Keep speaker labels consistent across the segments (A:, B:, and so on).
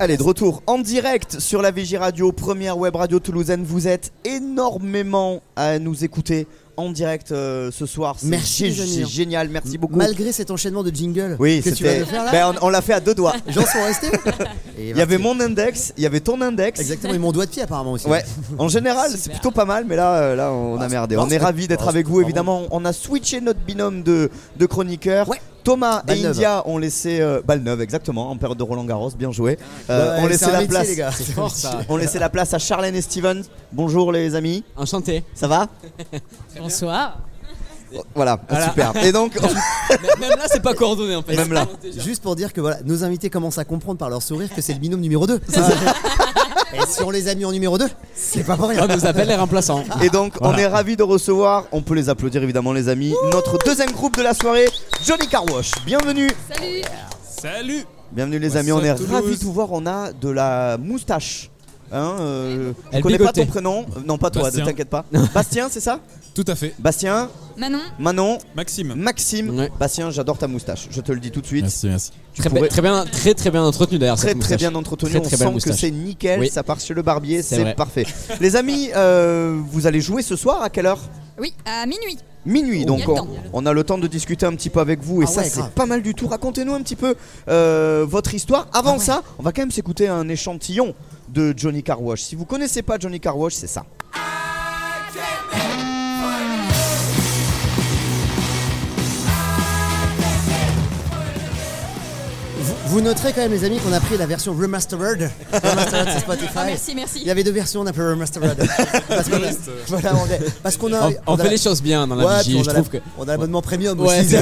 A: Allez, de retour en direct sur la VG Radio, première web radio toulousaine. Vous êtes énormément à nous écouter en direct euh, ce soir. C'est gé-
B: Merci, les amis.
A: C'est génial, merci beaucoup.
B: Malgré cet enchaînement de jingles
A: oui,
B: que tu vas
A: c'était.
B: me faire là,
A: Ben, on on l'a fait à deux doigts.
B: les gens sont restés.
A: Il y avait mon index, il y avait ton index.
B: Exactement, et mon doigt de pied apparemment aussi.
A: Ouais, en général, c'est
C: Super.
A: plutôt pas mal, mais là, euh, là on a
B: Ah, c'est-
A: merdé.
B: non,
A: on est
B: c'est-
A: ravis
B: non,
A: d'être
B: c'est
A: avec
B: pas
A: vous,
B: grave.
A: évidemment. On a switché notre binôme de, de chroniqueurs.
B: Ouais.
A: Thomas et
B: Balneuve.
A: India ont laissé. euh, Balneuve, exactement, en période de Roland Garros, bien joué. Euh,
B: Ouais,
A: on
B: c'est
A: laissait
B: un
A: la
B: métier,
A: place.
B: les gars.
C: C'est fort ça.
A: On laissait la place à Charlène et Steven. Bonjour les amis,
C: Enchanté.
A: ça va
D: Bonsoir.
A: voilà,
C: Voilà.
A: super. Et donc,
C: M- Même là, c'est pas coordonné en fait.
A: Même là.
B: Juste pour dire que voilà, nos invités commencent à comprendre par leur sourire que c'est le binôme numéro 2. et si on les a mis en numéro 2, c'est pas pour rien.
C: On nous appelle les remplaçants.
A: et donc on est ravis de recevoir, on peut les applaudir évidemment les amis, notre deuxième groupe de la soirée, Johnny Carwash. Bienvenue
D: Salut.
C: Salut
A: Bienvenue les amis, on
C: What's up,
A: est
C: Toulouse
A: ravis de vous voir, on a de la moustache. Hein, euh, je
C: Elle
A: connais pas
C: bigotait.
A: ton prénom, Euh, non pas toi,
E: Bastien.
A: ne t'inquiète pas. Bastien, c'est ça
E: Tout à fait.
A: Bastien,
D: Manon.
A: Manon,
E: Maxime.
A: Maxime.
C: Ouais.
A: Bastien, j'adore ta moustache, je te le dis tout de suite.
E: Merci, merci.
A: Tu
C: très,
A: pourrais-
C: be- très bien, très très bien entretenu d'ailleurs.
A: Très
C: cette
A: très
C: moustache.
A: bien entretenu,
C: Très, très belle
A: on sent que
C: moustache.
A: c'est nickel,
C: Oui.
A: ça part chez le barbier,
C: C'est
A: c'est
C: vrai.
A: parfait. Les amis, euh, vous allez jouer ce soir à quelle heure
D: Oui, à minuit.
A: Minuit, donc
D: Il y a le
A: on,
D: temps.
A: on a le temps de discuter un petit peu avec vous et
B: Ah
A: ça
B: ouais,
A: c'est
B: grave.
A: pas mal du tout. Racontez-nous un petit peu euh, votre histoire. Avant
B: Ah
A: ça, on va quand même s'écouter un échantillon de Johnny Carwash. Si vous connaissez pas Johnny Carwash, c'est ça.
B: Vous, vous noterez quand même les amis qu'on a pris la version remastered. Remastered sur Spotify.
D: Ah, merci,
B: Il
D: merci.
B: y avait deux versions, on a pris remastered. Parce qu'on a, voilà, on a- parce qu'on a-
C: On, on
B: on a-
C: fait les choses bien dans la
B: Ouais, puis
C: vigie,
B: on
C: je
B: a la-
C: trouve que.
B: on a l'abonnement premium
C: Ouais,
B: aussi.
C: c'est-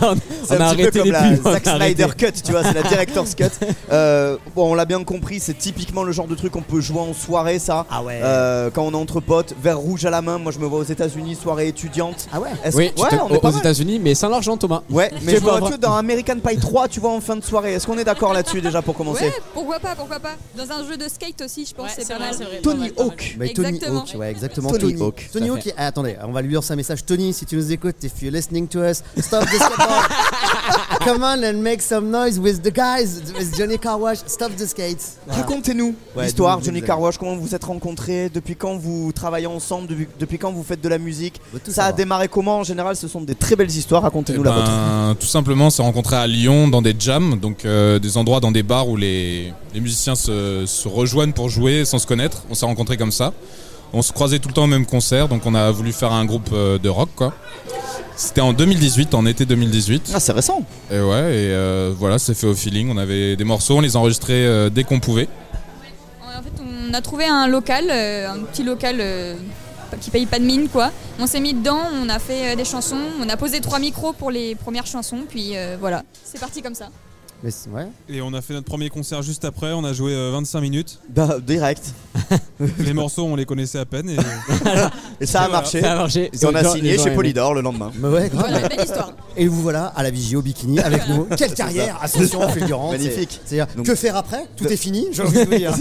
C: on,
A: C'est
C: on
A: un
C: a
A: petit peu
C: arrêté
A: comme
C: les
A: la
C: pubs, on
A: Zack
C: a arrêté.
A: Snyder Cut, tu vois, c'est la Director's Cut. Euh, bon, on l'a bien compris, c'est typiquement le genre de truc qu'on peut jouer en soirée, ça.
B: Ah ouais.
A: Euh, quand on est entre potes, verre rouge à la main. Moi, je me vois aux États-Unis, soirée étudiante.
B: Ah ouais.
A: Est-ce
C: Oui,
A: que-
C: tu
A: ouais,
C: te-
A: on est pas
C: aux
A: mal.
C: États-Unis, mais sans l'argent, Thomas.
A: Ouais, mais
C: Tu
A: je me
C: vois,
A: vois
C: vra-
A: dans American Pie 3, tu vois, en fin de soirée. Est-ce qu'on est d'accord là-dessus déjà pour commencer
D: Ouais, pourquoi pas, pourquoi pas. Dans un jeu de skate aussi, je pense, c'est pas mal.
A: Tony Hawk.
B: Mais Tony
D: Exactement.
B: Hawk, ouais, exactement.
A: Tony
B: Tony,
A: Hawk,
B: Tony
A: tout à
B: Hawk, ah, attendez, on va lui lancer un message. Tony, si tu nous écoutes, if you're listening to us, stop the skateboard. Come on and make some noise with the guys, with Johnny Carwash. Stop the skates. Voilà.
A: Racontez-nous
B: Ouais,
A: l'histoire,
B: dis-nous,
A: Johnny
B: dis-nous.
A: Carwash, comment vous vous êtes rencontrés, depuis quand vous travaillez ensemble, depuis, depuis quand vous faites de la musique.
B: On veut tout
A: Ça a
B: savoir.
A: démarré comment En général, ce sont des très belles histoires. Racontez-nous la
E: Eh ben,
A: vôtre.
E: tout simplement, on s'est rencontré à Lyon dans des jams, donc euh, des endroits dans des bars où les, les musiciens se, se rejoignent pour jouer sans se connaître. On s'est rencontrés comme ça. On se croisait tout le temps au même concert, donc on a voulu faire un groupe euh, de rock, quoi. C'était en 2018, en été 2018.
A: Ah, c'est récent.
E: Et ouais, et euh, voilà, c'est fait au feeling. On avait des morceaux, on les enregistrait euh, dès qu'on pouvait.
D: En fait, on a trouvé un local, euh, un petit local euh, qui paye pas de mine, quoi. On s'est mis dedans, on a fait euh, des chansons, on a posé trois micros pour les premières chansons, puis euh, voilà, c'est parti comme ça.
B: Mais c'est- ouais.
F: Et on a fait notre premier concert juste après, on a joué euh, 25 minutes.
A: Bah, direct.
F: Les morceaux, on les connaissait à peine. Et...
A: Et ça a
F: Voilà.
A: marché.
C: Ça a marché.
A: Et on
C: Les
A: a
C: gens- les
A: signé
C: gens
A: chez
C: aiment.
A: Polydor le lendemain.
B: Mais ouais, grave.
D: Voilà, belle histoire.
B: Et vous voilà à la vigie au bikini avec nous. Quelle carrière, ascension fulgurante.
A: Magnifique.
B: C'est- c'est-à-dire,
A: Donc-
B: que faire après Tout
A: De-
B: est fini, j'ai envie de vous dire.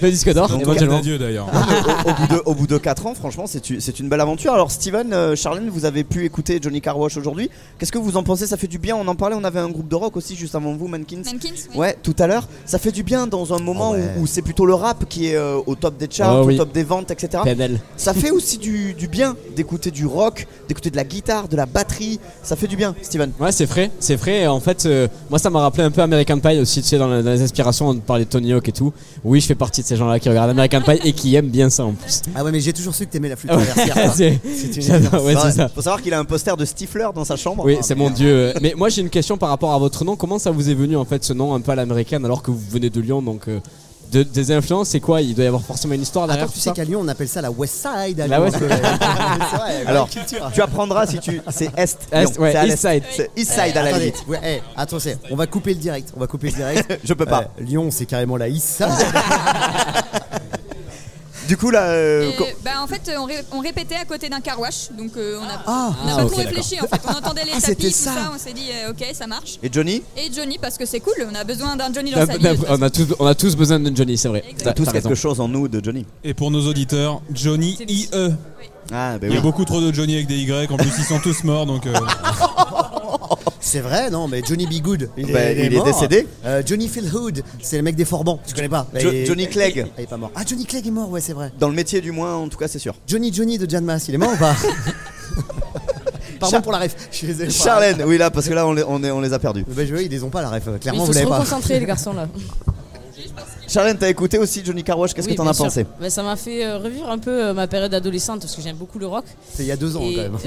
C: Le disque d'or,
E: Dans ton
C: éventuellement.
E: adieu d'ailleurs.
A: au, au bout de, au bout de 4 ans, franchement, c'est u- c'est une belle aventure. Alors, Steven, euh, Charlène, vous avez pu écouter Johnny Carwash aujourd'hui. Qu'est-ce que vous en pensez Ça fait du bien. On en parlait, on avait un groupe de rock aussi juste avant vous, Mankins.
D: Mankins, oui.
A: Ouais, tout à l'heure. Ça fait du bien dans un moment
B: Ah ouais.
A: où, où c'est plutôt le rap qui est euh, au top des charts,
C: Ah oui.
A: au top des ventes, etc.
C: PNL.
A: Ça fait aussi du, du bien d'écouter du rock, d'écouter de la guitare, de la batterie. Ça fait du bien, Steven.
C: Ouais, c'est frais, c'est frais. Et En fait, euh, moi, ça m'a rappelé un peu American Pie aussi, tu sais, dans, la- dans les inspirations, on parlait de Tony Hawk et tout. Oui, je fais partie de ces gens-là qui regardent American Pie et qui aiment bien ça en plus.
B: Ah ouais, mais j'ai toujours su que t'aimais la flûte
C: Ah ouais,
B: traversière. toi.
C: c'est-
B: C'est une
C: j'adore, ouais,
A: Enfin,
C: c'est ça.
A: Faut savoir qu'il a un poster de Stifler dans sa chambre.
C: Oui,
A: Ah,
C: c'est
A: merde.
C: mon dieu. Mais moi, j'ai une question par rapport à votre nom. Comment ça vous est venu en fait ce nom un peu à l'américaine alors que vous venez de Lyon donc euh, de- des influences, c'est quoi Il doit y avoir forcément une histoire derrière
B: Attends, tu
C: tout
B: sais
C: ça.
B: qu'à Lyon, on appelle ça la West Side. à
C: La
B: Lyon.
C: West-
B: C'est vrai,
A: Alors,
B: culture.
A: Tu apprendras si tu. C'est Est.
C: Est,
A: Lyon.
C: ouais,
A: c'est à
C: East
A: l'Est.
C: Side.
A: C'est East Side à la
B: Attendez,
A: limite.
B: ouais, hey, attends, c'est- on va couper le direct. On va couper le direct.
A: Je peux pas.
B: Euh, Lyon, c'est carrément la Issa.
A: Ah. Du coup, là. euh,
D: Et,
A: co-
D: bah, en fait, on, ré- on répétait à côté d'un car wash, donc euh, on a,
B: Ah,
D: on a
C: Ah,
D: pas
C: ok,
D: trop réfléchi en fait. On entendait les
B: Ah,
D: tapis,
B: c'était
D: tout ça.
B: ça.
D: on s'est dit euh, ok, ça marche.
A: Et Johnny
D: Et Johnny, parce que c'est cool, on a besoin d'un Johnny dans sa vie. de toute
C: On a tous, on a tous besoin de Johnny, c'est vrai.
D: Exact.
A: On a tous
C: T'as raison.
A: quelque chose en nous de Johnny.
F: et pour nos auditeurs, Johnny E. IE.
A: Ah, bah
G: Ah
F: Il y a beaucoup trop de Johnny avec des Y, en plus ils sont tous morts donc. euh,
B: C'est vrai, non, mais Johnny B. Good, il,
A: Bah, il est
B: mort.
A: décédé.
B: Euh, Johnny Phil Hood, c'est le mec des Forbans, tu connais pas
A: Jo-
B: Il est-
A: Johnny Clegg.
B: Ah, Il est pas mort. Ah, Johnny Clegg est mort, ouais, c'est vrai.
A: Dans le métier, du moins, en tout cas, c'est sûr.
B: Johnny Johnny de Jan Mass, il est mort ou pas Pardon pour la ref. Je suis désolé pour la ref.
A: Charlène, oui, là, parce que là, on les, on est- on les a perdus.
B: Bah, je- ils les ont pas la ref. euh,
G: Il
B: Clairement,
G: faut
B: vous
G: se
B: l'avez pas.
G: reconcentrer, les garçons, là.
A: Charlène, t'as écouté aussi Johnny Carwash, qu'est-ce
G: Oui,
A: que t'en
G: bien
A: as
G: sûr.
A: pensé
G: Ben, Ça m'a fait euh, revivre un peu euh, ma période adolescente, parce que j'aime beaucoup le rock.
B: C'est il y a deux ans
G: Et-
B: quand même.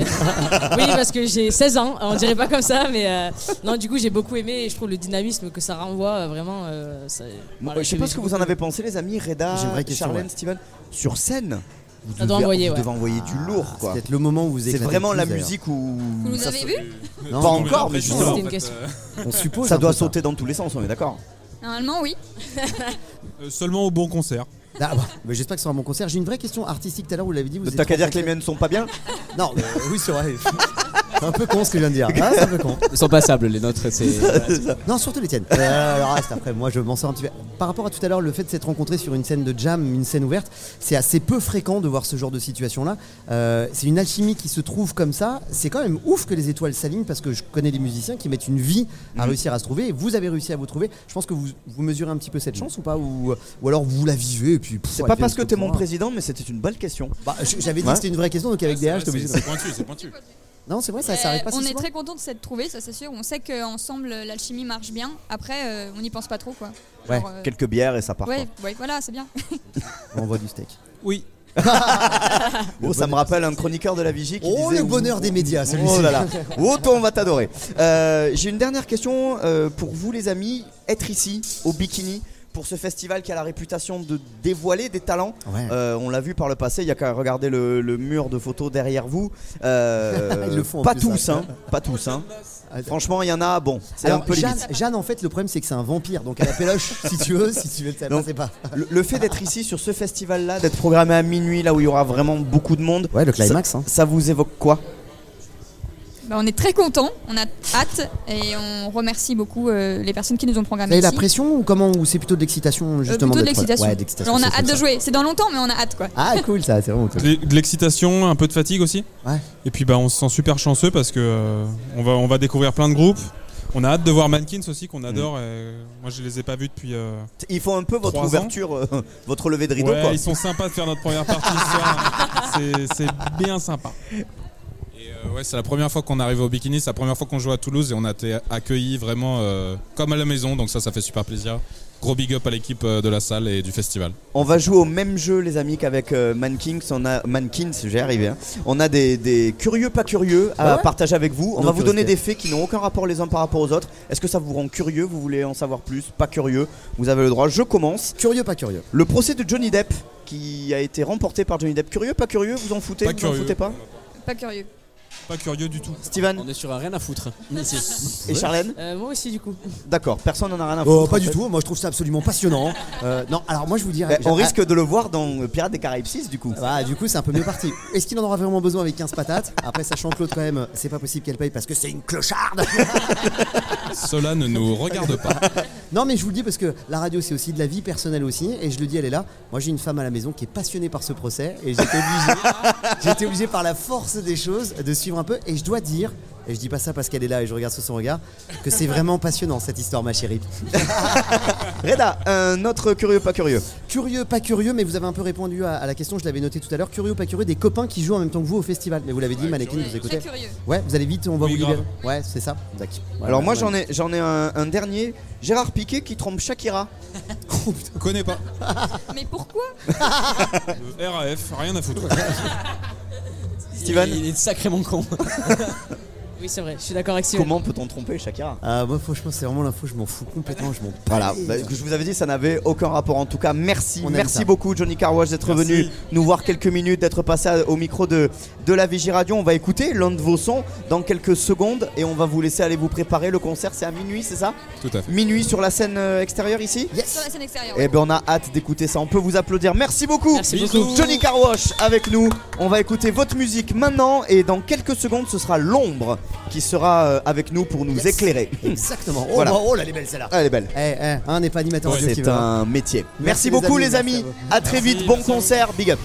G: oui, parce que j'ai 16 ans, on dirait pas comme ça, mais euh, non, du coup, j'ai beaucoup aimé et je trouve le dynamisme que ça renvoie euh, vraiment. euh, ça-
A: Moi,
G: voilà,
A: Je sais pas ce que
G: j'ai
A: vous en avez pensé, les amis, Reda,
B: J'ai une vraie question,
A: Charlène,
B: ouais.
A: Steven. Sur scène, Ah, vous
G: Ça
A: devez,
G: doit envoyer,
A: vous
G: ouais.
A: devez envoyer du lourd, quoi.
B: Peut-être le moment où vous
A: C'est
B: éclatez
A: vraiment
B: tous,
A: la
B: d'ailleurs.
A: musique où.
D: Vous nous
A: ça
D: avez vu
B: Non,
A: Pas encore, mais
G: C'était
A: justement.
G: une question.
B: On suppose.
A: Ça
B: un
A: doit
B: peu
A: sauter dans tous les sens, on est d'accord
D: Normalement, oui.
F: Euh, Seulement au bon concert.
B: Ah, bah, mais J'espère que ce sera mon concert. J'ai une vraie question artistique tout à l'heure, vous l'avez dit. Vous
A: Bah, T'as
B: étiez
A: qu'à dire que les
B: rencontrés-
A: miennes sont pas bien
B: Non, mais, euh, oui, c'est vrai. C'est un peu con ce que je viens de dire. Ah, c'est un peu con.
C: Ils sont passables, les nôtres. C'est...
B: Non, surtout les tiennes. Euh, alors, reste après, moi je m'en sors un petit peu. Par rapport à tout à l'heure, le fait de s'être rencontré sur une scène de jam, une scène ouverte, c'est assez peu fréquent de voir ce genre de situation-là. Euh, c'est une alchimie qui se trouve comme ça. C'est quand même ouf que les étoiles s'alignent parce que je connais des musiciens qui mettent une vie à réussir à se trouver et vous avez réussi à vous trouver. Je pense que vous, vous mesurez un petit peu cette chance ou pas Ou, ou alors vous la vivez et puis. pff,
A: C'est
B: ouais,
A: pas
B: puis
A: parce
B: on
A: que
B: se
A: t'es mon
B: comprend.
A: président, mais c'était une belle question.
B: Bah, je- J'avais dit
A: Ouais.
B: que c'était une vraie question, donc avec des
E: Ah, C'est
B: H, t'es
E: vrai,
B: obligé
E: C'est
B: de-
E: c'est pointu, c'est pointu.
B: Non, c'est vrai, ça, ça
D: Euh,
B: arrive pas si
D: on est
B: souvent.
D: très content de s'être trouvé, ça c'est sûr. On sait qu'ensemble l'alchimie marche bien. Après, euh, on n'y pense pas trop quoi.
B: Ouais,
D: euh,
A: Quelques bières et ça part.
D: ouais, ouais, voilà, c'est bien.
B: On voit du steak.
F: Oui.
A: Oh, ça me rappelle un chroniqueur de la vigie qui
B: Oh,
A: disait,
B: le bonheur des médias, celui-ci.
A: Oh là là. Oh, toi, on va t'adorer. Euh, J'ai une dernière question euh, pour vous, les amis. Être ici, au bikini, pour ce festival qui a la réputation de dévoiler des talents.
B: Ouais.
A: Euh, on l'a vu par le passé, il y a qu'à regarder le, le mur de photos derrière vous. Euh,
B: Ils le font en
A: pas,
B: plus,
A: tous,
B: ça.
A: hein, pas tous, hein.
B: Ah,
A: Franchement, il y en a, bon, c'est un
B: Alors,
A: peu limite.
B: Jeanne, Jeanne, en fait, le problème, c'est que c'est un vampire. Donc, à la péloche, si tu veux, si tu veux, ça
A: Donc-
B: c'est pas.
A: Le, le fait d'être ici sur ce festival-là, d'être programmé à minuit, là où il y aura vraiment beaucoup de monde,
B: Ouais, le
A: climax,
B: Hein.
A: ça vous évoque quoi
D: Bah, on est très content, on a hâte et on remercie beaucoup euh, les personnes qui nous ont
B: Vous avez
D: programmés.
B: la
D: ici.
B: pression ou comment Ou c'est plutôt de l'excitation,
D: Euh,
B: justement
D: plutôt de
B: d'être-
D: l'excitation.
B: Ouais, d'excitation.
D: Genre, on a
B: c'est cool,
D: hâte de
B: ça.
D: jouer. C'est dans longtemps, mais on a hâte quoi.
B: Ah, cool, ça, c'est vraiment cool.
F: De de l'excitation, un peu de fatigue aussi.
B: Ouais.
F: Et puis bah, on se sent super chanceux parce que euh, on, va, on va découvrir plein de groupes. On a hâte de voir Mankins aussi qu'on adore.
B: Mm.
F: et euh, moi je les ai pas vus depuis. euh,
A: Il faut un peu votre
F: Trois ans.
A: ouverture, euh, votre levée de rideau,
F: ouais,
A: quoi.
F: ils sont sympas de faire notre première partie ce soir. C'est- C'est bien sympa.
E: Et, euh, ouais, c'est la première fois qu'on arrive au Bikini, c'est la première fois qu'on joue à Toulouse et on a été accueillis vraiment euh, comme à la maison, donc ça, ça fait super plaisir. Gros big up à l'équipe euh, de la salle et du festival.
A: On va jouer au même jeu, les amis, qu'avec euh, Mankins. On a Mankins, j'ai arrivé. hein. On a des, des curieux, pas curieux à
B: Bah ouais.
A: partager avec vous. On
B: No
A: va vous donner
B: curiosité.
A: des faits qui n'ont aucun rapport les uns par rapport aux autres. Est-ce que ça vous rend curieux Vous voulez en savoir plus Pas curieux Vous avez le droit. Je commence.
B: Curieux, pas curieux.
A: Le procès de Johnny Depp qui a été remporté par Johnny Depp. Curieux, pas curieux Vous en foutez
E: Pas
A: Vous en
E: curieux.
A: foutez pas
D: Pas curieux.
F: Pas curieux du tout.
A: Steven
C: On est sur un rien à foutre.
A: et Charlène
G: Euh, moi aussi, du coup.
A: D'accord, personne n'en a rien à foutre.
B: Oh,
A: Ah,
B: pas
A: en
B: du
A: fait.
B: tout. Moi, je trouve ça absolument passionnant. Euh, non, alors moi, je vous dirais.
A: Eh, on
B: j'ai- ah.
A: risque de le voir dans euh, Pirates des Caraïbes 6 du coup.
B: Bah, du coup, c'est un peu mieux parti. Est-ce qu'il en aura vraiment besoin avec 15 patates Après, sachant que l'autre, quand même, c'est pas possible qu'elle paye parce que c'est une clocharde.
E: Cela ne nous regarde pas.
B: Non mais je vous le dis parce que la radio c'est aussi de la vie personnelle aussi et je le dis elle est là. Moi j'ai une femme à la maison qui est passionnée par ce procès et j'étais obligé, j'étais obligé par la force des choses de suivre un peu et je dois dire et je dis pas ça parce qu'elle est là et je regarde sous son regard que c'est vraiment passionnant cette histoire ma chérie. bah.
A: Reda, un autre curieux, pas curieux.
B: Curieux pas curieux mais vous avez un peu répondu à, à la question je l'avais noté tout à l'heure curieux pas curieux des copains qui jouent en même temps que vous au festival mais vous l'avez dit Mannequin vous
D: Très
B: écoutez.
D: curieux.
B: Ouais vous allez vite on va
F: Oui,
B: vous
F: grave.
B: libérer. Ouais c'est ça. Zach. Ouais,
A: Alors
B: ouais,
A: moi
B: bah, ouais.
A: j'en ai j'en ai un, un dernier, Gérard Piquet qui trompe Shakira.
E: Connais pas.
D: Mais pourquoi
F: Le RAF, rien à foutre.
A: Steven
C: Il est sacrément con.
G: Oui, c'est vrai, je suis d'accord avec Simon.
A: Comment peut-on tromper Shakira
B: Ah, moi franchement c'est vraiment l'info je m'en fous complètement je m'en
A: voilà,
B: pète.
A: bah, que je vous avais dit, ça n'avait aucun rapport. En tout cas, merci,
B: On aime
A: merci
B: ça.
A: beaucoup Johnny Carwash d'être venu nous voir quelques minutes, d'être passé à- au micro de, de la Vigie Radio. On va écouter l'un de vos sons dans quelques secondes et on va vous laisser aller vous préparer. Le concert, c'est à minuit, c'est ça
E: Tout à fait.
A: Minuit sur la scène euh, extérieure ici
D: Sur la scène extérieure.
A: Eh ben on a hâte d'écouter ça, on peut vous applaudir. Merci beaucoup.
G: Merci beaucoup.
A: Johnny Carwash avec nous. On va écouter votre musique maintenant et dans quelques secondes ce sera l'ombre qui sera euh, avec nous pour nous
B: Yes.
A: éclairer.
B: Exactement. Oh,
A: Voilà.
B: bah, oh là les belles celles-là.
A: Elle est belle.
B: Eh, eh, hein, on n'est pas animateur radio qui
A: C'est
B: va.
A: un métier. Merci,
B: Merci, les
A: beaucoup
B: amis,
A: les
B: merci
A: amis.
B: à vous.
A: À très vite. Bon concert. Big up.